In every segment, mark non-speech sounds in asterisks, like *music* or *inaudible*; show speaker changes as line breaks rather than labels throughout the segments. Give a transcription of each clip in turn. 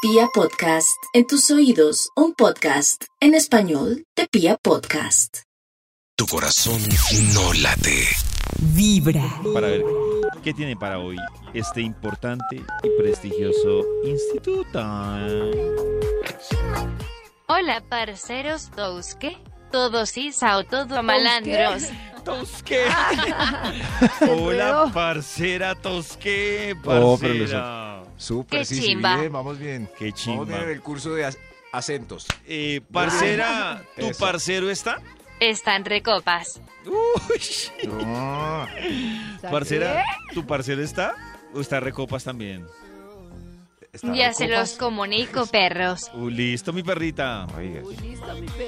Pia Podcast, en tus oídos, un podcast en español de Pia Podcast.
Tu corazón no late.
Vibra.
para ver qué tiene para hoy este importante y prestigioso instituto.
Hola parceros, todos qué? Todos isa o todo malandros.
Tosque. Hola, parcera Tosque,
Oh, pero lo
parcera.
Súper,
Qué
sí, sí,
chimba.
bien, vamos bien.
Qué
Vamos bien
chimba.
en el curso de ac- acentos.
Eh, parcera, ¿tu
Eso.
parcero está?
Están recopas.
Uh.
Uy,
No,
parcera, ¿tu parcero está? ¿O está recopas también?
está
ya
rico.
se los comunico, perros.
Uh, listo, mi perrita.
Oiga.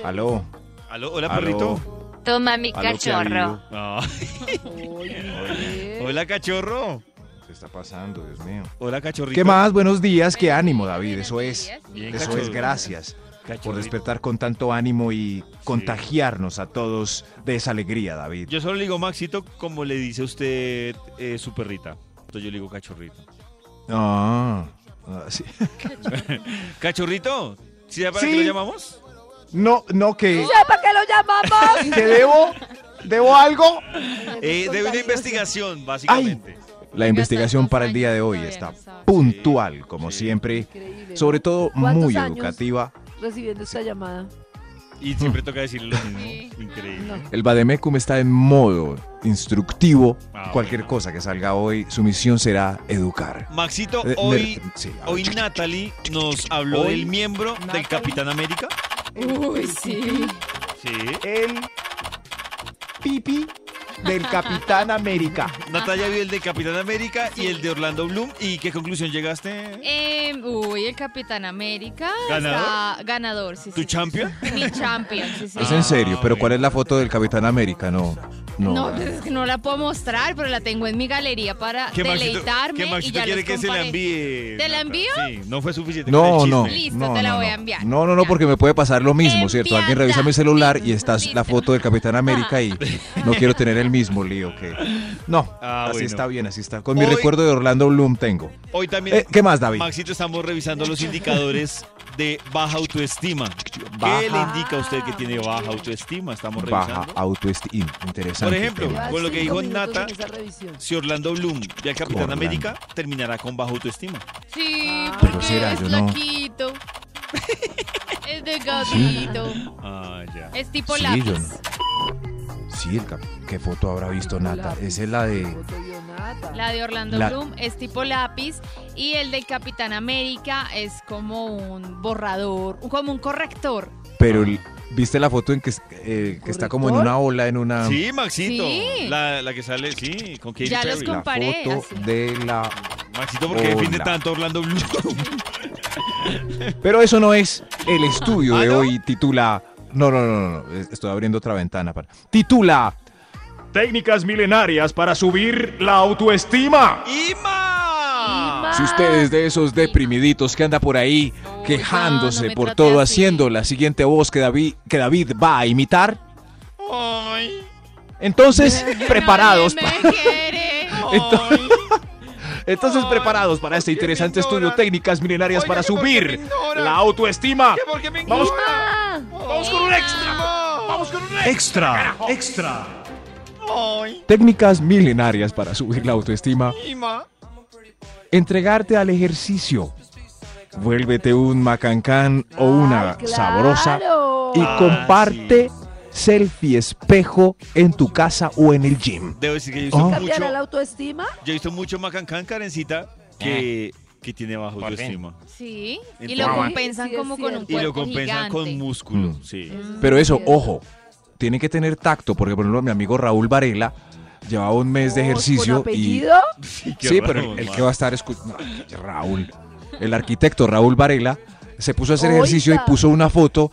Aló.
Aló, hola,
Aló.
perrito.
Toma mi
Aló, ¿qué ha
cachorro.
habido?
Ah, *laughs* hola, cachorro.
¿Qué está pasando, Dios mío?
Hola, cachorrito.
¿Qué más? Buenos días, qué ánimo, David. Eso es.
Bien,
Eso
cachorro.
es, gracias por
Cachorrito.
despertar con tanto ánimo y contagiarnos a todos de esa alegría, David.
Yo solo le digo Maxito como le dice usted eh, su perrita. Entonces yo le digo cachorrito.
Ah, ah, sí.
¿Cachorrito? ¿Sí sabe para
Sí.
qué lo llamamos?
No, no, que,
¿Para qué lo
*laughs*
llamamos?
que debo, debo algo.
pues
Eh, de una investigación, básicamente.
La investigación para el día de hoy está puntual, como
Sí.
siempre,
Increíble.
sobre todo
¿Cuántos
muy
años?
educativa.
Recibiendo esta llamada.
Y siempre toca decirle lo mismo. Increíble.
No.
El Bademecum está en modo instructivo.
Ah,
Cualquier
bueno.
cosa que salga hoy, su misión será educar.
Maxito,
Eh,
hoy,
me- sí, a ver.
hoy Natalie nos habló
Hoy-
del miembro del Capitán América.
Uy, sí.
Sí.
El pipi del Capitán América.
Natalia vio el de Capitán América y el de Orlando Bloom. ¿Y qué conclusión llegaste?
Em, uy, el Capitán América.
¿Ganador?
está- ganador, sí.
¿Tu
sí, sí,
champion?
sí. Mi champion, sí,
*laughs*
sí.
Es en serio,
Ah,
pero ¿cuál
bueno.
es la foto del Capitán América? No, no.
No, pues es que no la puedo mostrar, pero la tengo en mi galería para
¿Qué Maxito,
deleitarme.
qué Maxito
y ya
quiere
los
que se la
comparé.
envíe?
¿Te la
Nata?
envío?
Sí, no fue suficiente. con
No,
el
no.
chisme.
Listo,
no,
te la
no,
voy a
no.
enviar.
No, no, no,
Ya.
porque me puede pasar lo mismo, ¿cierto? Alguien
Enviada.
revisa mi celular y está la
Listo.
foto del Capitán América y
*laughs*
no quiero tener el mismo lío que. No,
Ah,
así
bueno.
está bien, así está. Con mi
Hoy-
recuerdo de Orlando Bloom tengo.
Hoy también.
Eh, ¿Qué más, David?
Maxito, estamos revisando los indicadores de baja autoestima. ¿Qué le indica a usted que tiene baja autoestima? Estamos
Baja
revisando.
autoestima. Interesante.
Por ejemplo,
tema.
Con lo que
Cinco
dijo
minutos
Nata.
en esa revisión.
Si Orlando Bloom ya el Capitán
Orlando.
América terminará con baja autoestima.
Sí,
Ah.
porque
Pero será,
es
yo no.
flaquito.
*laughs*
es delgadito.
Ah, ya.
Es tipo
Sí,
lápiz.
yo Sí, el cap- ¿qué foto habrá visto Nata?
Lápiz.
Esa es la de.
Foto vio Nata.
La de Orlando
La-
Bloom es tipo lápiz y el del Capitán América es como un borrador, como un corrector.
Pero el- viste la foto en que, es- eh, que está como en una ola, en una.
Sí, Maxito.
Sí.
La, la que sale, sí, con Katy
Ya los
Perry.
com-
La
comparé,
foto
así.
de la.
Maxito, ¿por qué defiende
Hola.
tanto a
*laughs*
Orlando Bloom?
Pero eso no es el estudio
¿Ah,
de
no?
hoy. Titula. No, no, no, no, no, es- Estoy abriendo otra ventana. Para... Titula. Técnicas milenarias para subir la autoestima.
¡Ima!
Si usted es de esos deprimiditos que anda por ahí quejándose
no me
por
trate
todo,
así.
haciendo la siguiente voz que David, que David va a imitar,
¡Ay!
entonces preparados,
Nadie
pa-
me
*laughs*
quiere.
¡Ay!
entonces
Ay,
preparados para este
¿por qué me
interesante estudio
ignoran?
técnicas milenarias
Oigan,
para
¿y por qué
subir
me ignoran?
la autoestima.
¿Por qué me
Vamos-
ignoran?
Vamos con un extra.
¡Vamos con un
Extra, extra.
¡Ay!
Técnicas milenarias para subir la autoestima.
¡Ima!
Entregarte al ejercicio. Vuélvete un macancán o una
Claro.
sabrosa y
Ah,
comparte selfie espejo en tu casa o en el gym.
Debo decir que yo he visto
Oh.
mucho,
¿Cambiará la autoestima?
yo he visto mucho Macancán, Karencita,
Eh.
que, que tiene baja autoestima.
Sí, y
Entonces-
lo
Sí,
compensan
sí es
como con un
cierto.
Y
cuerpo
lo compensan
gigante.
con músculo,
Mm.
sí.
Pero eso,
Cierto.
ojo, tiene que tener tacto, porque por ejemplo mi amigo Raúl Varela llevaba un mes de
¿Con
ejercicio y...
apellido?
*laughs* Qué
Sí,
raro,
pero el, el que
ma.
va a estar escuchando... Raúl, el arquitecto Raúl Varela, se puso a hacer ejercicio y
Oiga.
puso una foto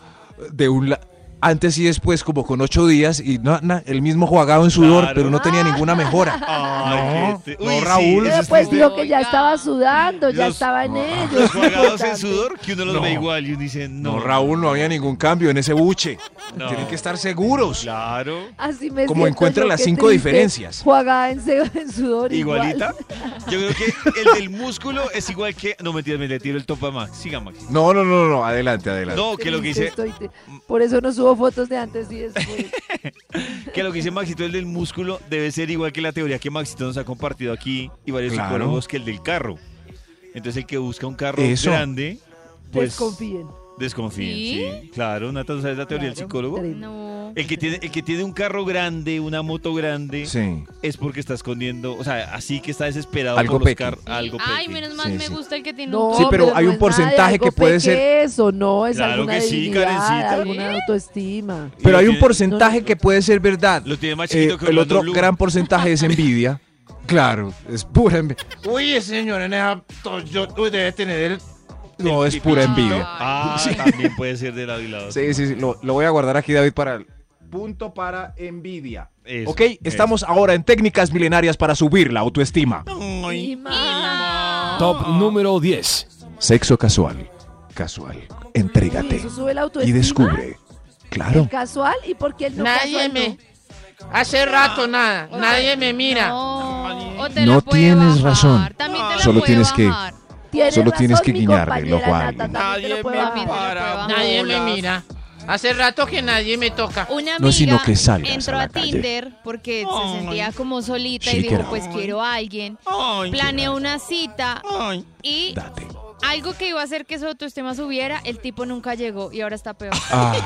de un... la- antes y después, como con ocho días, y no, na- el mismo jugaba en sudor,
Claro. Ah,
pero no tenía ninguna mejora.
Ay,
No,
qué este-
no, Raúl.
eso
Eh,
es
pues
triste.
lo que ya
Oiga.
estaba sudando, ya
Los-
estaba en
No.
ellos.
Los jugados en
Importante.
sudor que uno los
No.
ve igual y uno dice, no.
No, Raúl, no había ningún cambio en ese buche.
No.
Tienen que estar seguros.
Claro.
Así me
Como
siento
encuentra
yo,
las
qué
cinco
triste.
diferencias.
Juega en, se- *laughs* en sudor igual.
Igualita. Yo creo que el del músculo es igual que. No, mentira, me le tiro el topa a Max. Siga, Max.
No, no, no, no, adelante, adelante.
No, que lo que
Triste
dice,
estoy, te- Por eso no subo fotos de antes y después.
que lo que dice Maxito, el del músculo, debe ser igual que la teoría que Maxito nos ha compartido aquí y varios
Claro.
psicólogos que el del carro. Entonces el que busca un carro
Eso.
grande, pues
Desconfíen.
desconfíen,
¿Sí?
¿sí? Claro, Nata, ¿tú ¿sabes la teoría del
Claro,
psicólogo?
tremendo.
No.
Eh,
El que, tiene, el que tiene un carro grande, una moto grande,
Sí.
es porque está escondiendo, o sea, así que está desesperado
Algo
por los
peque.
carros. Algo
Ay,
peque.
menos mal
Sí,
me
sí.
gusta el que tiene
No,
un
Sí, pero hay
no
un
es nada de
porcentaje
algo
que puede ser-
Eso no es
Claro
alguna
que sí,
dignidad,
Karencita.
alguna autoestima.
Pero
Lo
hay un
tiene-
porcentaje que puede ser verdad.
Lo tiene más chiquito
Eh,
que
el
Orlando
otro
Bloom.
gran porcentaje es *laughs* envidia. Claro, es pura envidia. Uy, ese señor en esa Toyota, uy, debe tener el... No, es pura envidia.
Ah,
*laughs* Sí.
también puede ser de lado y lado.
Sí, sí, sí, lo, lo voy a guardar aquí, David, para... el- Punto para envidia.
Eso,
ok, estamos ahora en técnicas milenarias para subir la autoestima.
Ima.
Top número 10.
Sexo casual. Casual.
Uy,
Entrégate.
Eso sube la
Y
autoestima.
descubre. Claro.
El casual y porque el no
Nadie
casual no?
me. Hace rato nada. Nadie me mira.
No, o
No
la puede
tienes
bajar,
razón.
También te la
Solo
puede
tienes que-
bajar.
Tiene
Solo tienes
razón
que
mi
guiñarle el
compañera
ojo a
Nata,
alguien.
también te lo puedo
También
bajar.
te la puede bajar.
Nadie me mira. Hace rato que nadie me toca.
Una amiga
No, sino que salgas a
entró
la
a,
calle.
Tinder porque se sentía como solita y
Chiquera.
dijo, pues quiero a alguien. Planeó una cita y
Date.
algo que iba a hacer que su autoestima subiera, el tipo nunca llegó y ahora está peor.
Ah,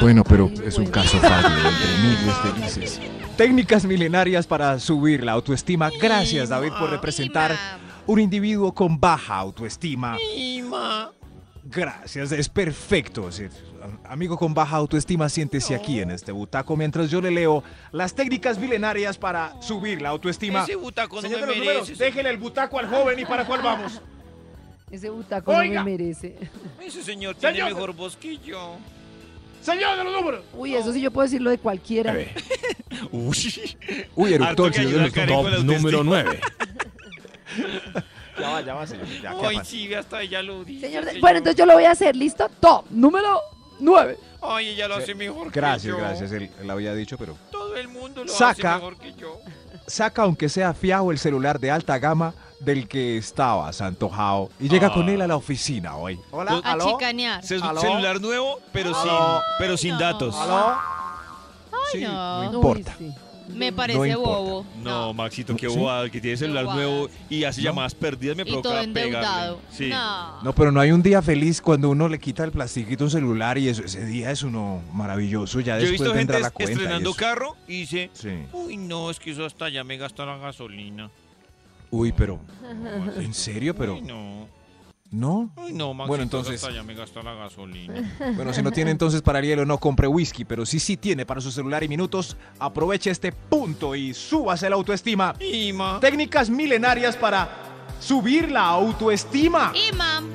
bueno, pero
Ay,
es un
bueno.
caso fácil entre miles de dices. Técnicas milenarias para subir la autoestima. Gracias, David, por representar
Ima.
un individuo con baja autoestima. Gracias, es perfecto. Sí, Amigo con baja autoestima, siéntese aquí en este butaco mientras yo le leo las técnicas milenarias para subir la autoestima. Señor de los números, déjele el butaco al joven y para cuál vamos.
Ese butaco no me
Oiga.
merece.
Ese señor
tiene
tiene
Señor. mejor
mejor bosquillo.
Señor de los números.
Uy, eso sí yo puedo decirlo de cualquiera.
Uy.
Uy, eructó
Harto
el
que
señor de
ayuda
los
a
Top
números.
Karen con la
número
autoestima.
9.
Ya va, ya va, señor. Ya, ¿qué
Ay,
pasa?
sí, hasta ella lo dice.
Señor de-
señor.
Bueno, entonces yo lo voy a hacer, ¿listo? Top número 9.
Ay, ella lo
Sí.
hace mejor que
Gracias,
yo.
gracias. Él, él había dicho, pero.
Todo el mundo lo
Saca.
hace mejor que yo.
Saca, aunque sea fiado, el celular de alta gama del que estabas antojado y llega con él a la oficina hoy.
*laughs*
Hola,
A chicanear.
Cel-
¿Aló?
Celular nuevo, pero sin,
¿Aló?
pero sin
No.
datos.
¿Aló? Sí,
no.
no
Uy,
importa.
Me parece
importa.
bobo.
No, Maxito, qué
¿Sí?
bobada. El que tiene celular
Qué
nuevo y hace
No.
llamadas perdidas me
y
provoca
todo
pegarle.
endeudado.
Sí.
No.
No, pero no hay un día feliz cuando uno le quita el plastiquito a un celular y eso- ese día es uno maravilloso. Ya
Yo he
después
visto
vendrá
gente
la cuenta. y
estrenando
eso.
carro y dice,
Sí.
Uy, no, es que eso hasta ya me gasta la gasolina.
Uy, pero.
No,
¿En serio? Pero.
Uy, no.
¿No?
Uy, no, Maxito,
Bueno,
bueno,
entonces-
entonces... hasta ya me gasta la
*laughs*
gasolina.
Bueno, si no tiene entonces para el hielo, no compre whisky, pero si sí tiene para su celular y minutos, aproveche este punto y súbase la autoestima.
Ima.
Técnicas milenarias para subir la autoestima.
Y mam.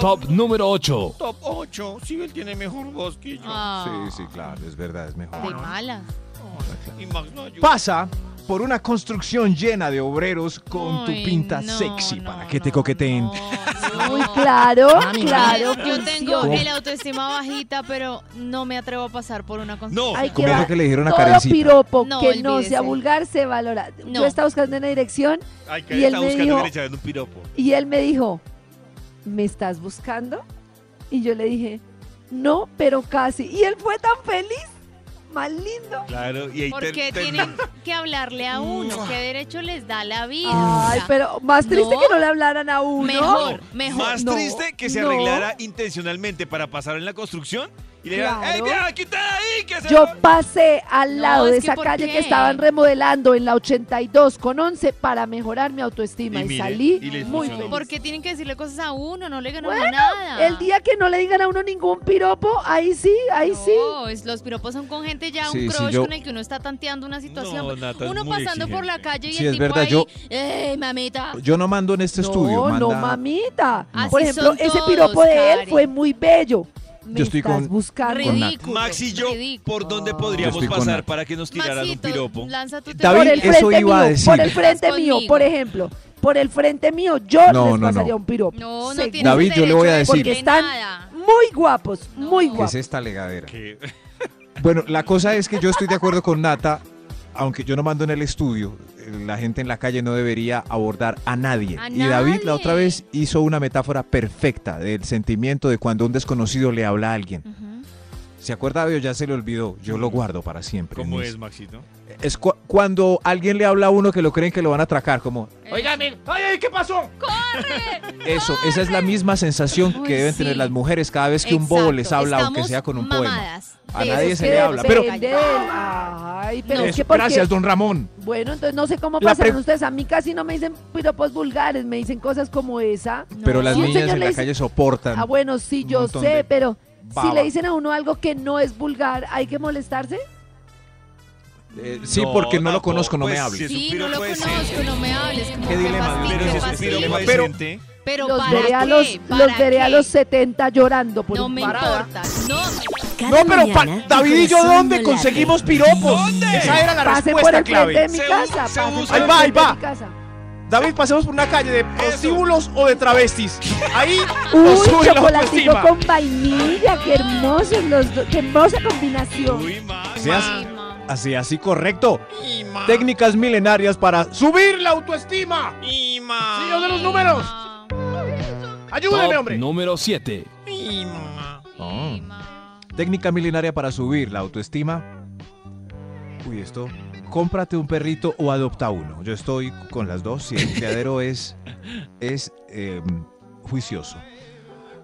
Top número 8.
Top 8. Sí, él tiene mejor voz que yo.
Ah,
claro, es verdad, es mejor.
De malas.
Y Max no ayuda.
Pasa por una construcción llena de obreros con tu
Ay,
pinta
no,
sexy
no,
para que te
no,
coqueteen.
no,
Uy,
no.
claro, claro.
Yo tengo
funciona.
el autoestima bajita, pero no me atrevo a pasar por una construcción.
no,
Hay que
¿Cómo fue
dar
que le dijeron a
todo
Karencita?
piropo
No,
que no sea
olvídese.
vulgar se valora.
No.
Yo estaba buscando una dirección
ay, que
y él
está
me
buscando
dijo-
que le echaran un piropo.
y él me dijo, ¿me estás buscando? Y yo le dije, no, pero casi. Y él fue tan feliz, más lindo.
Claro, y ahí ter-
Porque
ter-
tienen que hablarle a uno. ¿Qué derecho les da la vida?
Ay,
O sea,
pero más triste
No.
que no le hablaran a uno.
Mejor, mejor.
Más
No,
triste que se
no.
arreglara intencionalmente para pasar en la construcción y le digan,
Claro.
¡Ey, mira, quita de ahí! Que se
Yo pasé al
No,
lado
es
de
que
esa
¿por
calle
qué?
que estaban remodelando en la 82 con 11 para mejorar mi autoestima
Y
y,
mire,
salí
y les
muy
funcionó.
feliz.
Porque tienen que decirle cosas a uno, no le ganamos
Bueno,
nada.
El día que no le digan a uno ningún piropo, ahí sí, ahí
No,
sí.
es- los piropos son con gente ya,
Sí, sí,
un crush
yo-
con el que uno está tanteando una situación.
No, Nata, es
uno
muy
pasando por la
exigente.
calle y
Sí,
el
es
tipo
verdad,
ahí,
yo-
¡Ey, mamita!
Yo no mando en este
no,
estudio.
no,
manda-
mamita.
Así
Por ejemplo,
son
ese
todos,
piropo de él
Karen.
fue muy bello. Me
Yo estoy
estás
con-
buscando.
con Nat.
Ridículo.
Max y yo,
ridículo.
¿por dónde
Yo
podríamos
estoy con
pasar
Nat.
para que nos tiraran un
Maxito,
piropo?
lanza tu
David,
teoría.
por el
eso
frente
iba a
mío,
decir.
por el frente mío,
Conmigo.
por ejemplo, por el frente mío yo
No,
les
no, no.
pasaría un piropo.
No, no
Seguro.
tienes
David, yo le voy a
derecho
decir-
de
Porque están
nada.
muy guapos, muy
No.
¿Qué
guapos.
es esta legadera?
Que-
Bueno, la cosa es que yo estoy de acuerdo con Nata, aunque yo no mando en el estudio, eh, la gente en la calle no debería abordar a nadie.
¡A
y David la otra
nadie!
vez hizo una metáfora perfecta del sentimiento de cuando un desconocido le habla a alguien.
Ujú.
¿Se acuerda David? Ya se le olvidó. Yo lo guardo para siempre.
¿Cómo
Mis-
es, Maxito?
Es cu- cuando alguien le habla a uno que lo creen que lo van a atracar, como,
Oiga, mil.
¡ay, qué pasó! Eso, esa es la misma sensación
Uy,
que deben
sí.
tener las mujeres cada vez que un bobo
Exacto.
les habla, aunque
Estamos
sea con un poema.
mamadas
A
de
nadie
esos
se
que
le habla, pero-
depende del- Ay, pero
No.
es
Eso,
que porque...
Gracias, don Ramón.
Bueno, entonces no sé cómo
La
pasaron
pre-
ustedes. A mí casi no me dicen piropos vulgares, me dicen cosas como esa.
Pero
No.
las
Si un
niñas
señor
en
le
la
dice-
calle soportan.
Ah, bueno, sí,
Un
yo
montón
sé,
de
pero si
baba.
le dicen a uno algo que no es vulgar, ¿hay que molestarse?
Eh, sí, porque no lo
tampoco,
conozco, no me
pues,
hable.
si es un
Sí, no
piropo
lo
decente.
conozco, no me hables. Como
Qué
que
dilema, Dios
fastidio,
Pero si
mío.
es un
fastidio.
piropo
Pero-
decente,
Pero
Los
¿para
veré, a
qué?
los,
¿Para
los veré a
qué?
los 70 llorando por
No
un
me
parado.
importa. No,
Cada
pa-
mañana,
David y yo,
corazón
¿dónde
no late.
conseguimos piropos? Esa era la
Pase por
respuesta
el frente de
clave.
mi
Se
casa.
usa, se
pase
usa.
por el
Ahí va, ahí
frente de
va.
mi casa.
David, pasemos por una calle de prostíbulos o de travestis. Ahí nos
Uy,
sube la
chocolatico
autoestima.
con vainilla, qué hermosos los dos, qué hermosa combinación.
Uy, Max.
Seas-
sí, ma.
Así, así, correcto.
Y Max.
Técnicas milenarias para subir la autoestima.
Y Max.
Señor de los números.
Ma,
Ayúdeme,
Top
hombre.
número 7.
Y Max.
Oh.
ma.
Técnica milenaria para subir la autoestima. Uy, esto. Cómprate un perrito o adopta uno. Yo estoy con las dos. Si el
*laughs*
criadero es, es eh, juicioso.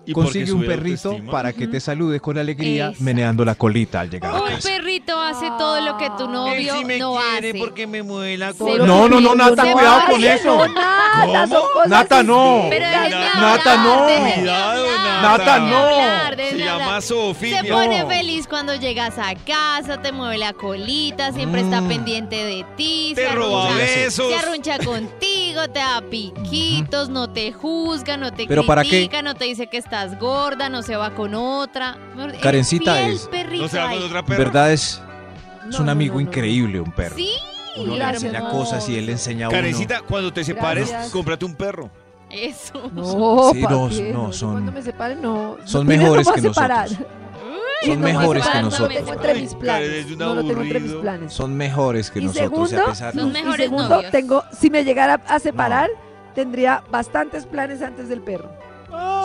¿y por qué
Consigue un
sube la
perrito
autoestima?
para que te salude con alegría,
Exacto.
meneando la colita al llegar a
pues,
Un
casa.
perrito hace todo lo que tu novio
Él sí me
no
quiere
hace.
porque me mueve la
Todo
cola.
lo
No,
que
no, no,
pido,
Nata,
no,
cuidado
ay,
con eso.
No, nata, son
¿Cómo?
cosas
Nata, no.
distintas.
Pero dejen de
Nata,
hablar,
no.
dejen de
Cuidado,
hablar,
Nata,
dejen de
no.
*laughs* hablar, dejen
Se
de hablar.
llama
Se
Sofía.
pone feliz cuando llegas a casa, te mueve la colita, siempre está
Mm.
pendiente de ti, se
Te roba
arruncha,
besos.
se arruncha contigo, te da piquitos, no te juzga, no te
¿Pero
critica,
para qué?
no te dice que estás gorda, no se va con otra. Mejor- eres
Karencita
fiel
es-
perrito
No se va con
ahí.
otra
En
perra.
verdad es,
No,
es un
no,
amigo
no, no.
increíble, un perro.
Sí,
Uno le enseña
hermoso.
cosas y él le enseña a uno.
Carecita, cuando te separes,
Gracias.
cómprate un perro.
eso.
No,
Sí,
¿pa'
dos,
qué?
no,
sé
son-
Cuando me separen, no.
son
Primero,
mejores
¿cómo
que
separar?
nosotros.
Y
Son
no,
mejores que
separar
nosotros.
No lo tengo entre mis
Ay,
planes.
eres un
No lo tengo entre mis
aburrido.
planes.
Son mejores que
¿Y
nosotros. y a
segundo?
pesar-
Son
No.
Y
mejores
segundo,
novios.
tengo, si me llegara a separar, tendría bastantes planes antes del perro.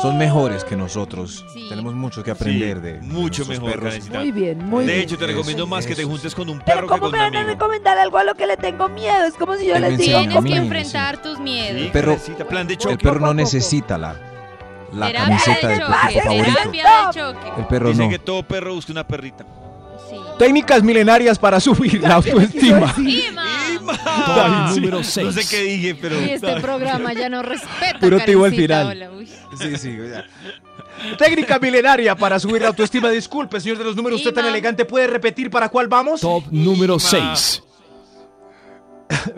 son mejores que nosotros.
Sí.
Tenemos mucho que aprender
Sí,
de de
mucho
nuestros
mejor,
perros.
Karencita.
Muy bien, muy
de
bien.
hecho, te
Eso,
recomiendo más que te
eso.
juntes con un perro
Pero
que
¿cómo
con
me
un
van a
amigo.
recomendar algo a lo que le tengo miedo? Es como si yo
Él me
les digo,
enseñó
Tienes que
Imagínese.
enfrentar tus miedos.
Sí,
perro-
Karencita, plan de
El
choque.
perro
Poco a
no
poco.
necesita la, la
Terapia
camiseta
de
de tu equipo
choque,
favorito.
terapia de choque.
El perro
Dice
no.
que todo perro busca una perrita.
Sí.
Técnicas milenarias para subir la
*laughs*
autoestima.
Ima.
Ah,
Top
sí.
número
No
6.
sé qué dije, pero.
Y este programa ya no respeta.
Puro tivo al
Karencita,
final.
hola, uy.
Sí, sí, o sea. Técnica milenaria para subir la autoestima. Disculpe, señor de los números, usted tan
Ima.
elegante. ¿Puede repetir para cuál vamos?
Top número 6.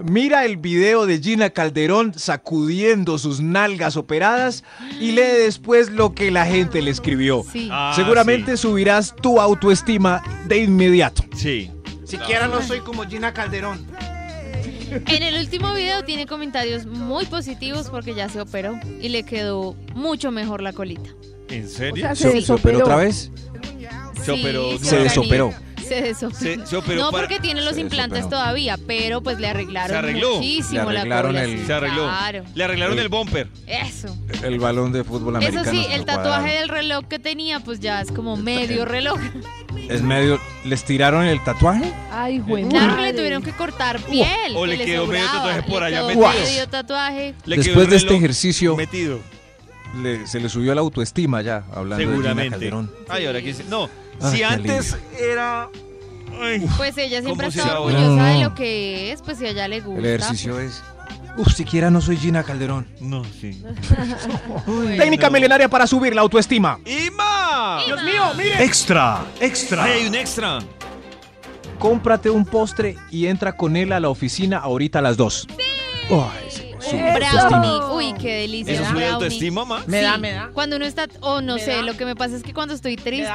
Mira el video de Gina Calderón sacudiendo sus nalgas operadas y lee después lo que la gente le escribió.
Sí.
Ah,
Seguramente subirás tu autoestima de inmediato.
Sí.
Siquiera no soy.
En el último video tiene comentarios muy positivos porque ya se operó y le quedó mucho mejor la colita.
¿En
O
serio?
sea, se desoperó.
otra vez?
Se operó,
se
organizó.
desoperó.
Se desoperó.
Se- se operó
no
para-
porque tiene los
se
implantes
desoperó.
todavía, pero pues le arreglaron
Se arregló.
muchísimo
Le arreglaron
la
el-
cola.
Se arregló.
Claro.
Le
Eh,
arreglaron el bumper.
Eso.
El balón de fútbol
Eso
americano.
sí,
se
el
lo
tatuaje
cuadraron.
del reloj que tenía pues ya es como
El-
medio
el-
reloj.
Es medio... ¿Les tiraron el tatuaje?
Ay, güey.
Claro, le tuvieron que cortar piel.
o
que
le quedó medio
sobraba,
tatuaje por
le
allá
quedó
metido.
medio tatuaje.
Le quedó
Después
el
de este
reloj
ejercicio,
Metido.
le- se le subió la autoestima ya, hablando de Gina
Seguramente.
Calderón.
Ay, ahora que dice- No,
Ah,
si
qué
antes era. Ay,
Pues ella siempre ha
¿Cómo se
estado
llama?
orgullosa
No,
de
no.
lo que es, pues si a ella le gusta.
El ejercicio es... Uf, siquiera no soy Gina Calderón.
no, sí.
Técnica milenaria para subir la autoestima.
¡Ima!
Ima.
Extra, extra.
Ay, hay un extra.
Cómprate un postre y entra con él a la oficina ahorita a las 2. Ay, sí,
Sí,
pues.
Un
Eso.
brownie. Uy, qué delicia.
¿Eso
un
sube
brownie.
autoestima, ma?
Me da,
Sí,
me da.
Cuando uno está, oh, no
¿Me
sé,
da?
lo que me pasa es que cuando estoy triste,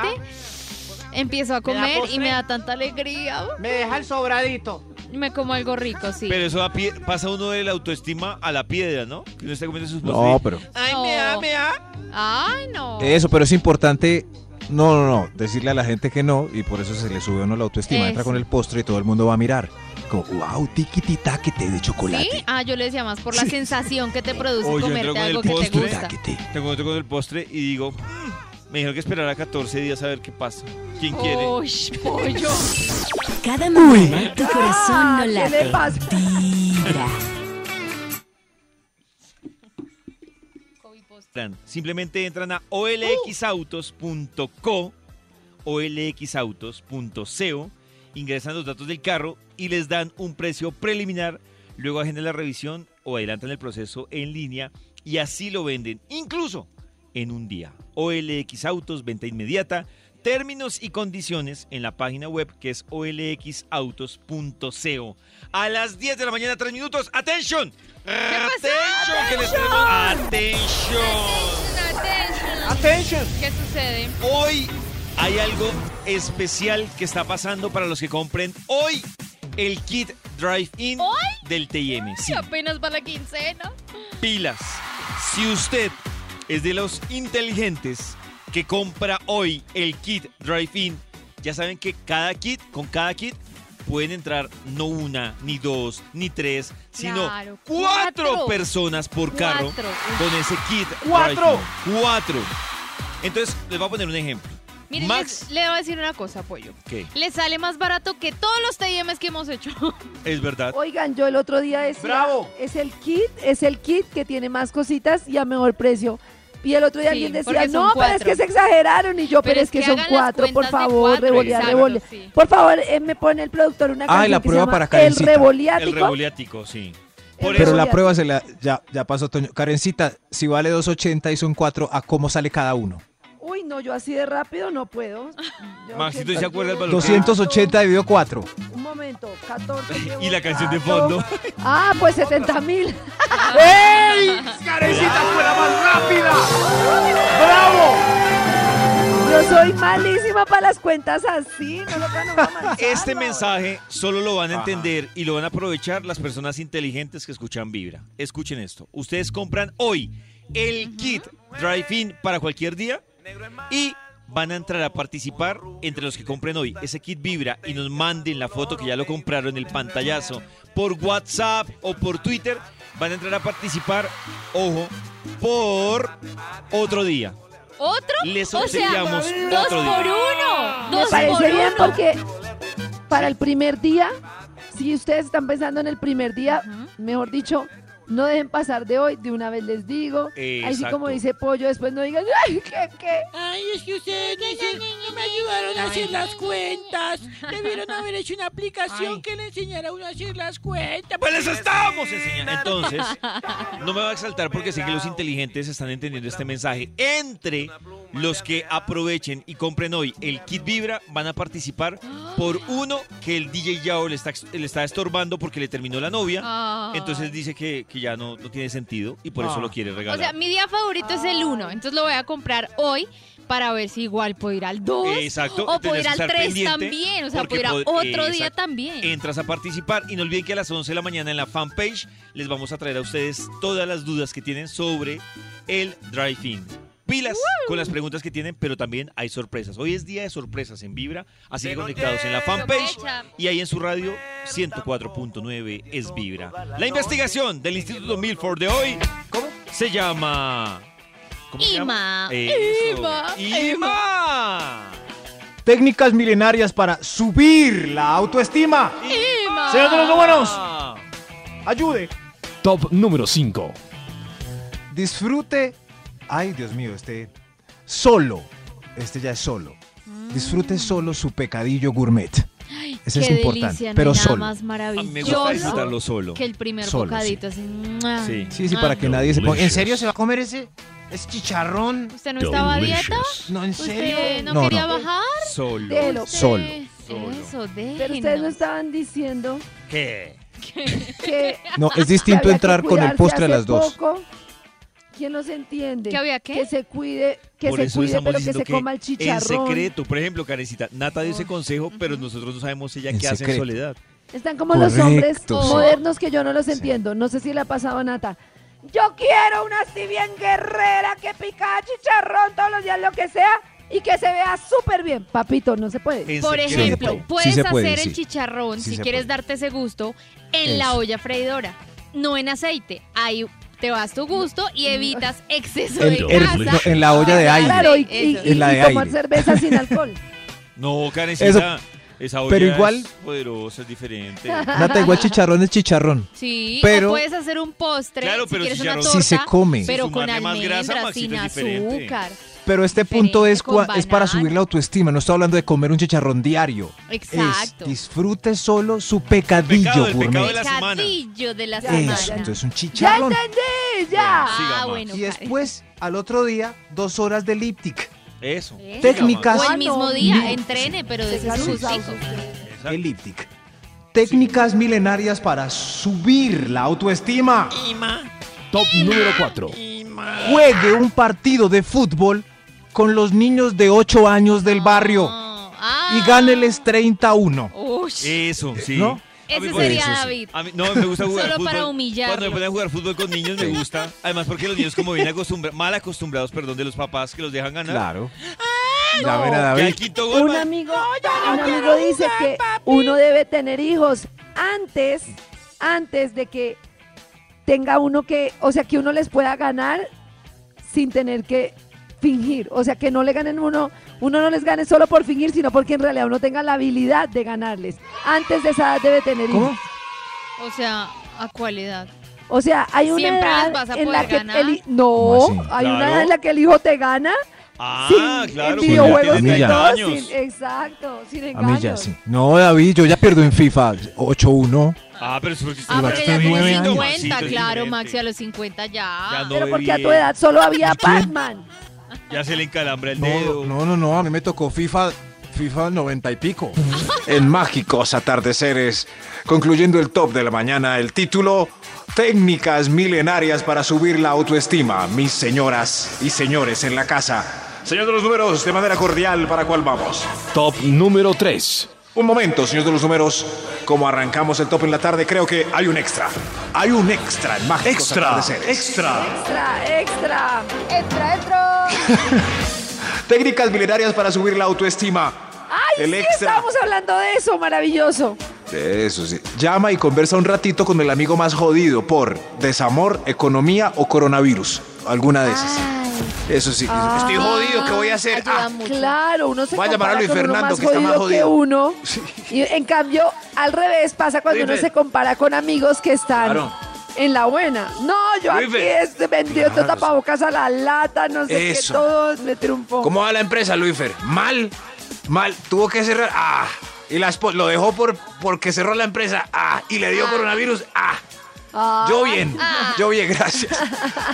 empiezo a
da
comer y
postre?
me da tanta alegría.
Me deja el sobradito.
Y Me como algo rico, sí.
Pero eso da pie- pasa uno de la autoestima a la piedra, ¿no? Que uno está comiendo sus
No,
postres.
pero.
Ay, me da, me da.
Ay, no.
Eso, pero es importante. No, no, no. Decirle a la gente que no y por eso se le sube a uno la autoestima. Entra
Eso.
con el postre y todo el mundo va a mirar. Como, wow, tiquititaquete de chocolate.
¿Sí? Ah, yo le decía más por la
Sí.
sensación que te produce
O yo entro
comerte
con
algo
el
que te
postre.
gusta.
Tiquitaquete.
Te encuentro con el postre y digo, "Mm, me dijeron que esperara 14 días a ver qué pasa. ¿Quién
Oh,
quiere?
Uy,
*laughs*
pollo.
Cada mañana tu corazón
Ah,
no
¿Qué
late.
le pasa?
Vibra.
Entran. Simplemente entran a olxautos.co, olxautos.co, ingresan los datos del carro y les dan un precio preliminar. Luego agendan la revisión o adelantan el proceso en línea y así lo venden, incluso en un día. OLX Autos, venta inmediata. Términos y condiciones en la página web que es olxautos.co. A las 10 de la mañana, 3 minutos. ¡Atención! ¡Atención! que les tenemos- ¡Atención!
Attention.
¿Qué sucede?
Hoy hay algo especial que está pasando para los que compren hoy el kit drive-in del TIM. Sí,
Que *laughs* apenas va la quincena.
pilas. Si usted es de los inteligentes que compra hoy el kit drive-in, ya saben que cada kit, con cada kit, pueden entrar no una, ni dos, ni tres, sino
Claro,
cuatro,
cuatro.
personas por carro
Cuatro. Uy,
con ese kit.
¡Cuatro!
drive-in. Cuatro. Entonces, les voy a poner un ejemplo.
Miren,
Max.
les- le voy a decir una cosa, pollo.
¿Qué?
Le sale más barato que todos los TIMs que hemos hecho.
Es verdad.
Oigan, yo el otro día decía,
Bravo.
es el kit, es el kit que tiene más cositas y a mejor precio. Y el otro día
Sí,
alguien decía,
porque son
no, pero es
cuatro.
que se exageraron y yo, pero, es que, son
hagan las
cuatro, por
cuentas de
favor,
cuatro,
revolear,
exacto,
revolear.
sí.
Por favor, eh, me pone el productor una
Ah, y
canción
la
que
prueba
se llama
para
El
Karencita.
El
Revoliático.
revoliático, sí. Por
Pero
eso,
la
Revoliático.
prueba se la, ya, ya pasó, Toño. Karencita, si vale 2.80 y son 4, ¿a cómo sale cada uno?
Uy, no, yo así de rápido no puedo.
*laughs*
Yo
Maxito,
siento
¿y se acuerda el
que-
valor?
280 dividido 4.
Un momento,
*laughs*
14.
Y la
llevo
canción de
cuatro.
fondo.
Ah, pues
*laughs*
70 mil. *laughs*
¡Ey! ¡Carecita fue la más rápida! ¡Bravo!
Yo soy malísima para las cuentas así. No lo gano una
*laughs*
manzana.
este mensaje solo lo van a entender y lo van a aprovechar las personas inteligentes que escuchan Vibra. Escuchen esto. Ustedes compran hoy el kit drive-in para cualquier día y van a entrar a participar entre los que compren hoy ese kit Vibra y nos manden la foto que ya lo compraron, el pantallazo, por WhatsApp o por Twitter. Van a entrar a participar, ojo, por otro día.
¿Otro?
Les
o sea,
obsequiamos
dos
otro
por
día.
uno.
Me
Dos por
parece bien
uno.
porque para el primer día, si ustedes están pensando en el primer día,
Ajá.
mejor dicho, no dejen pasar de hoy, de una vez les digo. Así
Exacto.
como dice Pollo, después no digan, ¡ay, qué, qué!
Ay, es que ustedes no, hicieron- no me ayudaron a hacer las *laughs* cuentas. Debieron haber hecho una aplicación
Ay.
que le enseñara a uno a hacer las cuentas.
Pues les estábamos enseñando. Entonces, no me va a exaltar porque sé que los inteligentes están entendiendo este mensaje. Entre los que aprovechen y compren hoy el kit Vibra, van a participar por uno que el DJ Yao le está, le está estorbando porque le terminó la novia.
Ah.
Ay.
Entonces dice que, que ya no, no tiene sentido y por eso lo quiere
O sea,
regalar.
mi día favorito es el 1, entonces lo voy a comprar hoy para ver si igual puedo ir al 2
Exacto,
o puedo
tenés
ir
que
al
estar
3
pendiente
también, o sea,
porque
puedo ir a
pod-
otro día
exacto.
también.
Entras a participar y no olviden que a las 11 de la mañana en la fanpage les vamos a traer a ustedes todas las dudas que tienen sobre el drive-in. Pilas con las preguntas que tienen, pero también hay sorpresas. Hoy es día de sorpresas en Vibra, así que conectados en la fanpage
Aprovecha.
y ahí en su radio 104.9 es Vibra. La investigación del Instituto Milford de hoy se llama... ¿cómo se llama?
Ima.
Eso. Ah,
Ima.
Ima.
Técnicas milenarias para subir la autoestima.
Ima.
Señor de los números,
Ah.
ayude.
Top número 5.
Disfrute. Ay, Dios mío, este. Solo. Este ya es solo. Disfrute solo su pecadillo gourmet. Ese
Qué
es importante.
delicia, no
pero
hay nada
solo.
más
A mí me gusta
maravilloso
disfrutarlo solo.
que el primer
Solo,
bocadito así. ¡mua!
Sí.
Sí, sí, para que nadie se ponga. ¿En serio se va a comer ese?
¿Es chicharrón?
¿Usted no estaba a dieta?
No, en
¿Usted no,
No,
quería
no.
bajar?
Solo.
Déjelo.
Usted-
Solo.
Eso,
Pero ustedes no
déjenos.
estaban diciendo
¿Qué?
*laughs*
que
No, es
que
distinto
había
entrar
que
con el
cuidarse
postre a
hace
las dos.
poco. ¿Quién nos entiende?
¿Que había qué?
Que se cuide, que
Por
se
eso
cuide,
estamos
pero que
diciendo
se coma el
en
chicharrón.
secreto. Por ejemplo, Karencita, Nata
Oh.
dio ese consejo, pero nosotros no sabemos ella
En
qué hace en
secreto.
soledad.
Están como los
Correcto,
hombres
sí.
modernos que yo no los entiendo. No sé si le ha pasado a Nata. Yo quiero una así bien guerrera que pica chicharrón todos los días, lo que sea, y que se vea súper bien. Papito, no se puede.
En
Por
secreto.
ejemplo,
puede.
puedes
Sí se puede,
hacer el
sí.
chicharrón,
Sí
si
se
quieres
puede.
darte ese gusto, en
Eso.
la olla freidora, no en aceite. Ahí te vas tu gusto
*laughs*
y evitas exceso
El-
de
el-
grasa.
no, en la olla de
Exacto.
aire.
Claro, y, y-
Eso.
y-
Es la
y
de
tomar
aire.
cerveza sin
*laughs*
alcohol.
No, Karencita, esa olla
pero igual-
es poderosa, es
*laughs*
diferente.
Nata, igual chicharrón es chicharrón.
Sí,
Pero-
o puedes hacer un postre,
Claro,
si
pero
quieres una
chicharrón-
Si
torta,
se come.
pero
Si
con
sumarle más
almendras,
grasa,
sin
Maxito, es diferente.
azúcar.
Pero este
Diferente,
punto es,
con
cua- es para
banano.
subir la autoestima. No estoy hablando de comer un chicharrón diario.
Exacto.
Es disfrute solo su pecadillo
Pecado, el
gourmet.
pecado de la semana.
Pecadillo de la
Ya,
semana.
Eso, entonces un
¡Ya
chicharrón.
entendí! ¡Ya!
Siga,
Ah,
Max.
bueno.
Y
Karen.
después, al otro día, dos horas de elíptica.
Eso.
Eso.
Técnicas.
O el
Ah, no,
mismo día,
no.
entrene, pero de
Tengan
sus
sus
gusticos.
ausos.
Exacto.
Elíptica. Técnicas milenarias para subir la autoestima.
Top número 4.
Juegue un partido de fútbol con los niños de 8 años del barrio
No. Ah.
y gáneles 31.
Uy,
Eso, sí.
¿No?
A mí,
Ese
por
sería
ejemplo,
David.
A mí, no, me gusta jugar
Solo
fútbol.
para humillarlos.
Cuando me ponen a jugar fútbol con niños me gusta. Además porque los niños como bien acostumbrados, mal acostumbrados, perdón, de los papás que los dejan ganar.
Claro.
Ah,
La vera,
Que al
David.
quinto gol
Un
man,
amigo, un amigo dice que uno debe tener hijos antes, antes de que tenga uno que, o sea, que uno les pueda ganar sin tener que fingir, o sea, que no le ganen uno, uno no les gane solo por fingir, sino porque en realidad uno tenga la habilidad de ganarles. Antes de esa edad debe tener hijos.
¿Cómo?
O sea, ¿a cuál edad?
O sea, hay una
Siempre las
edad
vas a
en la
poder
que
ganar.
el hi- no,
¿Cómo así?
hay una
Claro.
edad en la que el hijo te gana
Ah,
sin
claro.
en
pues ya
videojuegos,
tiene
sin
ya
todo,
años.
sin- exacto, sin
A mí
engaños.
ya sí. No, David, yo ya pierdo en FIFA 8-1.
Ah, pero es porque
Ah,
Igual
porque
está
ya
nueve
tienes
años.
50, claro, Maxi, a los 50 ya.
Ya no.
Pero
ve
porque a tu
bien.
edad solo había Batman.
Ya se le encalambra el
No,
dedo.
no, no, no, a mí me tocó FIFA, FIFA 90 y pico. *laughs* en mágicos atardeceres, concluyendo el top de la mañana, el título Técnicas milenarias para subir la autoestima, mis señoras y señores en la casa. Señor de los números, de manera cordial, ¿para cuál vamos?
Top número 3.
Un momento, señor de los números. Como arrancamos el top en la tarde, creo que hay un extra. Hay un extra en mágicos atardeceres.
Extra, extra. Extra, extra.
Técnicas milenarias para subir la autoestima.
Ay,
El
sí,
extra.
estábamos hablando de eso, maravilloso.
Eso sí. Llama y conversa un ratito con el amigo más jodido por desamor, economía o coronavirus. Alguna de esas. Eso sí. Estoy jodido, ¿qué voy a hacer? Ah,
Claro, uno se
Voy a llamar a
compara
Luis
con uno
Fernando,
más
que está más
jodido que
jodido.
uno. Y en cambio, al revés pasa cuando uno
Luis
se compara con amigos que están
Claro.
en la buena. No, yo
Luis
aquí
Fer.
este vendiendo
Claro.
tapabocas a la lata, no sé
Eso.
qué, todo me triunfó.
¿Cómo va la empresa, Luifer? Mal, mal. Tuvo que cerrar. Ah. Y la espo- lo dejó por porque cerró la empresa. Ah. Y le dio coronavirus. Ah.
Ah,
Yo bien, yo bien, gracias.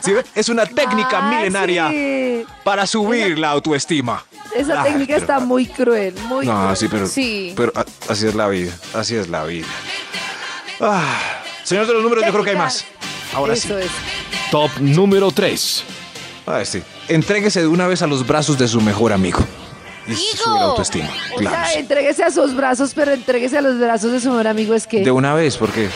¿Sí ve? Es una técnica
ah,
milenaria
sí.
para subir la autoestima.
Esa
Ah,
técnica
pero-
está muy cruel, muy
No,
cruel.
sí, pero,
Sí.
pero a- así es la vida, así es la vida. Ah, señor de los números, yo creo que hay más. Ahora sí.
Eso es.
Top número 3.
A ver, sí. Entréguese de una vez a los brazos de su mejor amigo. Y se sube la autoestima.
O
Claro.
sea,
sí.
entréguese a sus brazos, pero entréguese a los brazos de su mejor amigo. Es que
De una vez, porque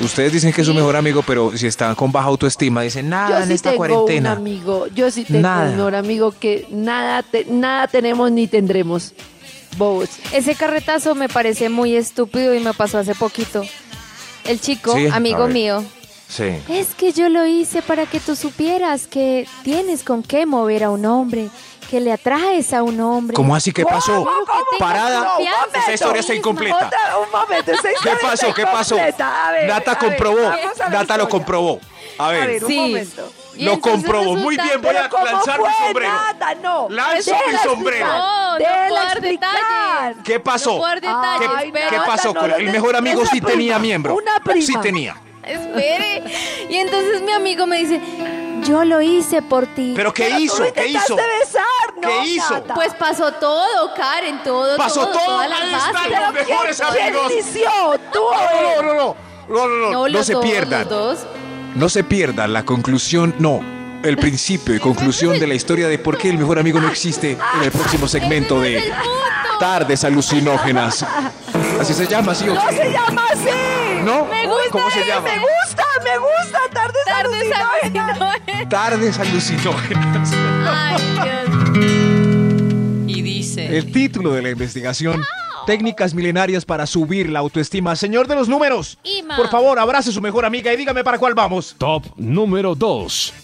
ustedes dicen que es su mejor amigo, pero si están con baja autoestima, dicen nada
yo
en
sí
esta
tengo
cuarentena.
un amigo, yo sí tengo
Nada.
un mejor amigo que nada, te- nada tenemos ni tendremos. Bobos.
Ese carretazo me parece muy estúpido y me pasó hace poquito. El chico,
Sí, a
amigo
ver.
mío,
Sí.
es que yo lo hice para que tú supieras que tienes con qué mover a un hombre, que le atraes a un hombre.
¿Cómo así? ¿Qué pasó?
¿Cómo? ¿Cómo?
Parada.
No, un momento.
Esta historia está
Misma.
incompleta.
Otra- un momento, esa
¿Qué
historia
pasó?
está
¿Qué pasó?
incompleta. A ver, a
Nata
ver,
comprobó.
vamos a la
Nata lo
historia.
comprobó. A ver.
A ver, un
Sí.
momento.
Y
Lo
entonces
comprobó. Muy
resulta-
bien, voy a
Pero ¿cómo
lanzar mi
fue,
sombrero.
Nata? No.
Lanzo
Déjala
mi
explicar,
sombrero.
No, no
déjala
puedo dar
explicar.
detalles.
¿Qué pasó? Ah.
No guarde
Ay,
detalles,
¿Qué,
pero
qué
espera.
pasó?
no
con
lo
él? el mejor
tengo.
amigo
Una
sí
prima,
tenía miembro.
una prima.
Sí tenía.
Espere. Y entonces mi amigo me dice, yo lo hice por ti.
¿Pero qué
Pero tú
hizo?
lo
¿Qué hizo?
intentaste besar, ¿no,
¿Qué hizo?
Nata?
Pues pasó todo, Karen, todo.
Pasó todo.
todas las
Ahí
bases.
están los mejores
¿Quién
amigos.
inició? ¿Tú o
No, no,
él?
no, no. No, no, no, no,
los
se
dos,
pierdan.
los dos.
No se pierdan la conclusión, no, el principio y conclusión de la historia de por qué el mejor amigo no existe en el próximo segmento de Tardes Alucinógenas. Así se llama, ¿sí o
No
qué?
se llama así.
¿No?
Me gusta
¿Cómo se
eso,
llama?
Me gusta, me gusta. Tardes, tardes
Tardes Alucinógenas.
Y dice.
El título de la investigación, Técnicas milenarias para subir la autoestima. Señor de los números,
Ima.
Ah.
por favor, abrace a su mejor amiga y dígame para cuál vamos. Top número 2.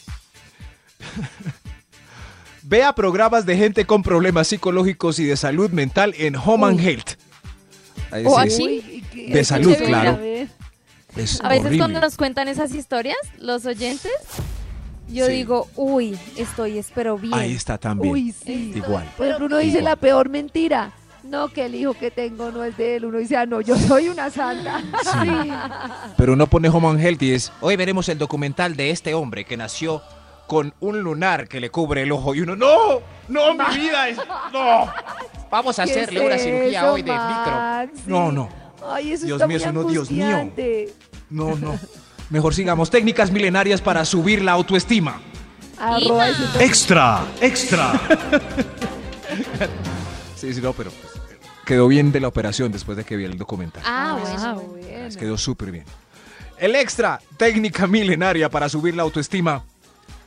Vea programas de gente con problemas psicológicos y de salud mental en Home and Health. Ahí
¿O
sí.
así?
De salud,
Chévere.
claro. Es
A veces
horrible.
cuando nos cuentan esas historias, los oyentes, yo
Sí.
digo, uy, estoy, espero bien.
Ahí está también.
Uy,
sí. Pues
Igual.
Por ejemplo, uno dice
Igual.
la peor mentira. No, que el hijo que tengo no es de él. Uno dice, ah, no, yo soy una
*laughs*
santa.
Pero uno pone Home and Health y es, hoy veremos el documental de este hombre que nació con un lunar que le cubre el ojo y uno, ¡no! ¡No, mi vida! Es, ¡No! Vamos a
¿Qué
hacerle
es
una cirugía
eso,
hoy de micro.
Maxi?
No, no.
Ay, eso
Dios
está
mío,
muy
eso no, Dios mío.
angustiante.
No, no. Mejor sigamos. Técnicas milenarias para subir la autoestima.
Arroba ese toque.
Extra, extra. sí, sí, no, pero pues, quedó bien de la operación después de que vi el documental.
Ah, bueno.
Les quedó súper bien. El extra, técnica milenaria para subir la autoestima.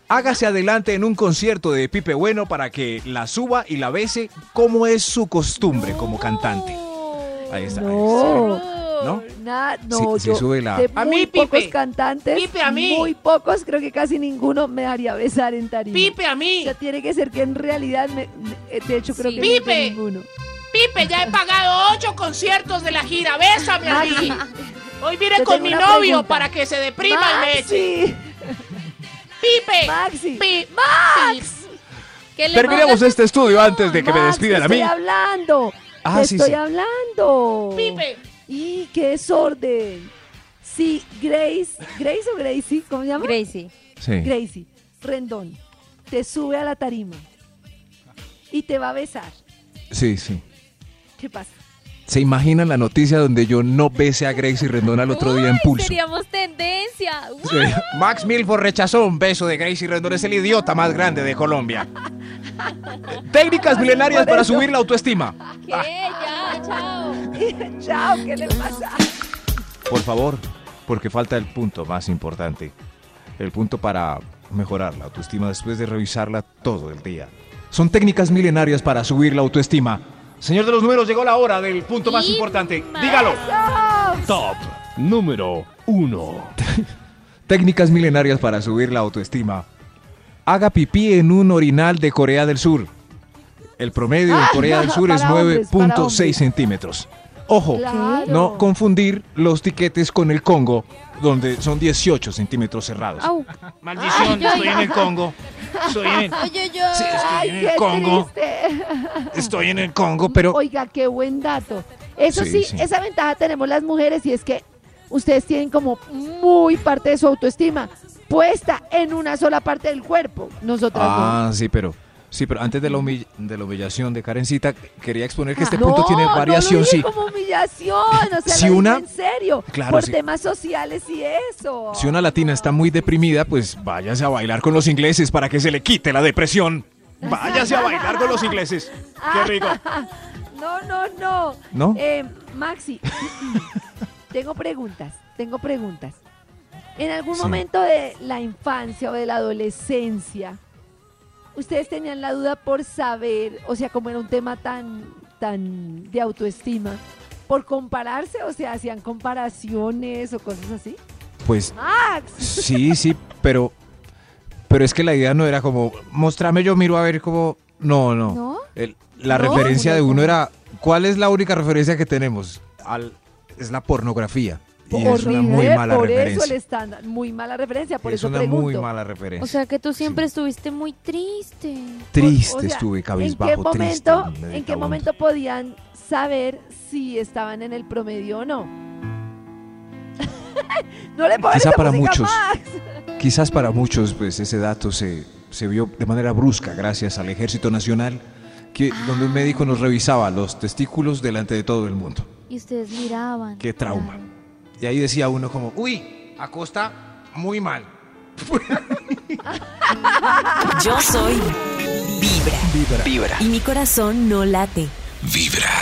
Hágase adelante en un concierto de Pipe Bueno para que la suba y la bese como es su costumbre como cantante. Ahí está. ahí
No.
está, ¿No?
Nada,
Sí,
no,
sí
yo
sube la-
de
A
muy
mí,
pocos
Pipe.
cantantes,
Pipe, a mí.
muy pocos, creo que casi ninguno me haría besar en tarima. Pipe a mí. O sea, tiene que ser que en realidad, me- me- de hecho creo
Sí.
que no es de
Pipe.
ninguno.
Pipe, ya he pagado ocho conciertos de la gira. Bésame a mí. Hoy
Yo
vine con
tengo
mi
una
novio
pregunta.
para que se deprima y me eche. Pipe.
Maxi.
Pi-
Max.
Que
Terminemos este estudio antes de que me
Max,
despidan
te
a mí.
Estoy hablando.
Ah,
te
sí,
estoy
sí.
hablando.
Pipe.
Y qué desorden. Sí, Grace, Grace o Gracie, ¿cómo se llama? Gracie.
Sí.
Gracie, Rendón, te sube a la tarima y te va a besar.
Sí, sí.
¿Qué pasa?
¿Se imaginan la noticia donde yo no bese a Gracie Rendón al otro día en pulso?
Seríamos tendencia. Uy,
Sí. Max Milford rechazó un beso de Gracie Rendón. Es el idiota más grande de Colombia. Técnicas milenarias para subir la autoestima.
¿Qué? Ya, chao. chao, ¿qué le pasa?
Por favor, porque falta el punto más importante. El punto para mejorar la autoestima después de revisarla todo el día. Son técnicas milenarias para subir la autoestima. Señor de los números, llegó la hora del punto más importante. Dígalo. Top número uno. *laughs* técnicas milenarias para subir la autoestima. Haga pipí en un orinal de Corea del Sur. El promedio de
Ah,
Corea del Sur es
para hombres, para
9.6
hombres.
centímetros. Ojo,
Claro.
no confundir los tiquetes con el Congo, donde son 18 centímetros cerrados.
Maldición,
Ay,
estoy
ay,
en el
ay.
Congo. Estoy en, Sí, estoy en el Congo. Estoy en el Congo,
pero-
Oiga, qué buen dato. Eso
Sí,
sí,
sí.
esa ventaja tenemos las mujeres y es que ustedes tienen como muy parte de su autoestima puesta en una sola parte del cuerpo. Nosotras no.
Ah, sí, pero sí, pero antes de la, humill- de la humillación de Karencita, quería exponer que este
Ah, No,
punto tiene
no lo
variación,
dije
sí.
como humillación, o
*laughs*
sea,
Si
lo dije
una-
en serio,
Claro,
por
sí.
temas sociales y eso.
Si una latina está muy deprimida, pues váyase a bailar con los ingleses para que se le quite la depresión. Váyase a bailar con los ingleses. Qué rico.
No, no, no.
¿No?
Eh, Maxi, *laughs* tengo preguntas, tengo preguntas. En algún
Sí.
momento de la infancia o de la adolescencia, ustedes tenían la duda por saber, o sea, como era un tema tan, tan de autoestima, por compararse, o sea, hacían comparaciones o cosas así.
Pues
Max.
sí, sí, pero pero es que la idea no era como mostrame yo miro a ver cómo no, no.
¿No?
El- la
No.
referencia de uno era ¿cuál es la única referencia que tenemos? Al- es la pornografía y es una muy
Horrible, ¿eh?
mala
por
referencia.
eso el estándar, muy mala referencia, por
es
eso
una
pregunto.
muy mala
O
referencia.
sea que tú siempre estuviste muy triste.
Triste
O sea,
estuve,
¿En qué
cabizbajo, triste.
momento, en qué
meditabundo.
momento podían saber si estaban en el promedio o no? *laughs* no le pongas
Quizá
esa
para
música,
muchos.
Max.
Quizás para muchos pues ese dato se, se vio de manera brusca gracias al Ejército Nacional, que, donde un médico nos revisaba los testículos delante de todo el mundo.
Y ustedes miraban.
Qué trauma. Y ahí decía uno como, uy, Acosta, muy mal.
Yo soy Vibra.
Vibra.
Y mi corazón no late.
Vibra.